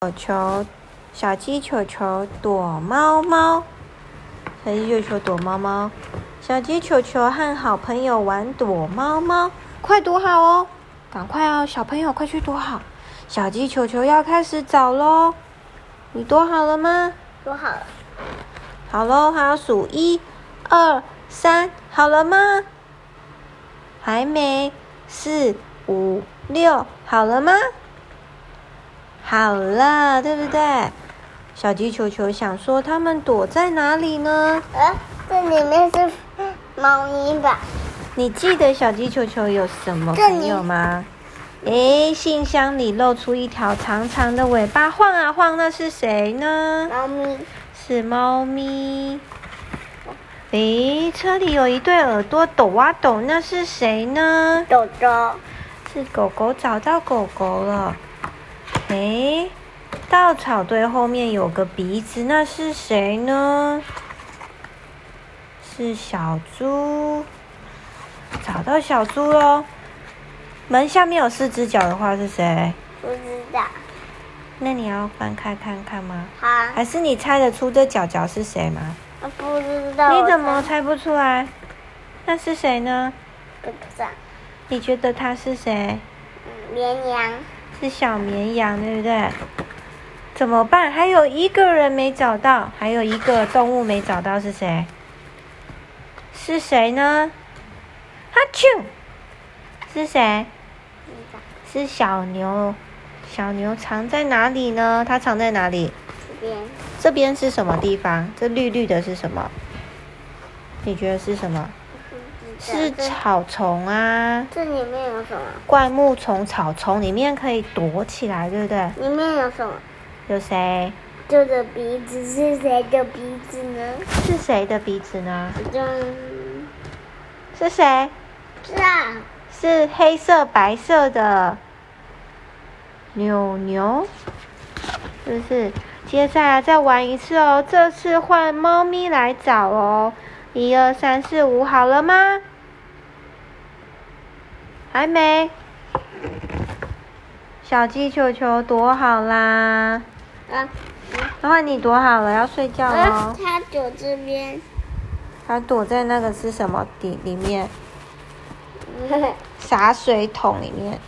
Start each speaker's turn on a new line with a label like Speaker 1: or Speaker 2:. Speaker 1: 球球，小鸡球球躲猫猫，小鸡球球躲猫猫，小鸡球球和好朋友玩躲猫猫，快躲好哦，赶快哦，小朋友快去躲好，小鸡球球要开始找喽，你躲好了吗？
Speaker 2: 多好了，
Speaker 1: 好喽，还要数一、二、三，好了吗？还没，四、五、六，好了吗？好了，对不对？小鸡球球想说，他们躲在哪里呢？
Speaker 2: 呃，这里面是猫咪吧？
Speaker 1: 你记得小鸡球球有什么朋友吗？诶，信箱里露出一条长长的尾巴，晃啊晃，那是谁呢？
Speaker 2: 猫咪，
Speaker 1: 是猫咪。诶，车里有一对耳朵抖啊抖，那是谁呢？
Speaker 2: 豆豆，
Speaker 1: 是狗狗找到狗狗了。诶，稻草堆后面有个鼻子，那是谁呢？是小猪。找到小猪喽。门下面有四只脚的话是谁？
Speaker 2: 不知道，
Speaker 1: 那你要翻开看看吗？
Speaker 2: 哈，
Speaker 1: 还是你猜得出这脚脚是谁吗？
Speaker 2: 不知道，
Speaker 1: 你怎么猜不出来？那是谁呢？
Speaker 2: 不知道？
Speaker 1: 你觉得他是谁？
Speaker 2: 嗯绵羊，
Speaker 1: 是小绵羊，对不对？怎么办？还有一个人没找到，还有一个动物没找到是谁？是谁呢？哈啾！是谁？
Speaker 2: 不知道，
Speaker 1: 是小牛。小牛藏在哪里呢？它藏在哪里？
Speaker 2: 这边
Speaker 1: 这边是什么地方？这绿绿的是什么？你觉得是什么？
Speaker 2: 不
Speaker 1: 是
Speaker 2: 知道，
Speaker 1: 草丛啊，
Speaker 2: 这这里面有什么？
Speaker 1: 灌木丛、草丛里面可以躲起来，对不对？
Speaker 2: 里面有什么？
Speaker 1: 有谁？
Speaker 2: 这个鼻子是谁的鼻子呢？
Speaker 1: 是谁的鼻子呢？
Speaker 2: 就嗯
Speaker 1: 是谁？
Speaker 2: 是啊，
Speaker 1: 是黑色、白色的牛牛，是不是？接下来再玩一次哦，这次换猫咪来找哦。一二三四五，好了吗？还没。小鸡球球躲好啦，
Speaker 2: 啊，
Speaker 1: 然后你躲好了，要睡觉喽
Speaker 2: 啊，。它走这边，
Speaker 1: 它躲在那个是什么底里面？洒水桶里面。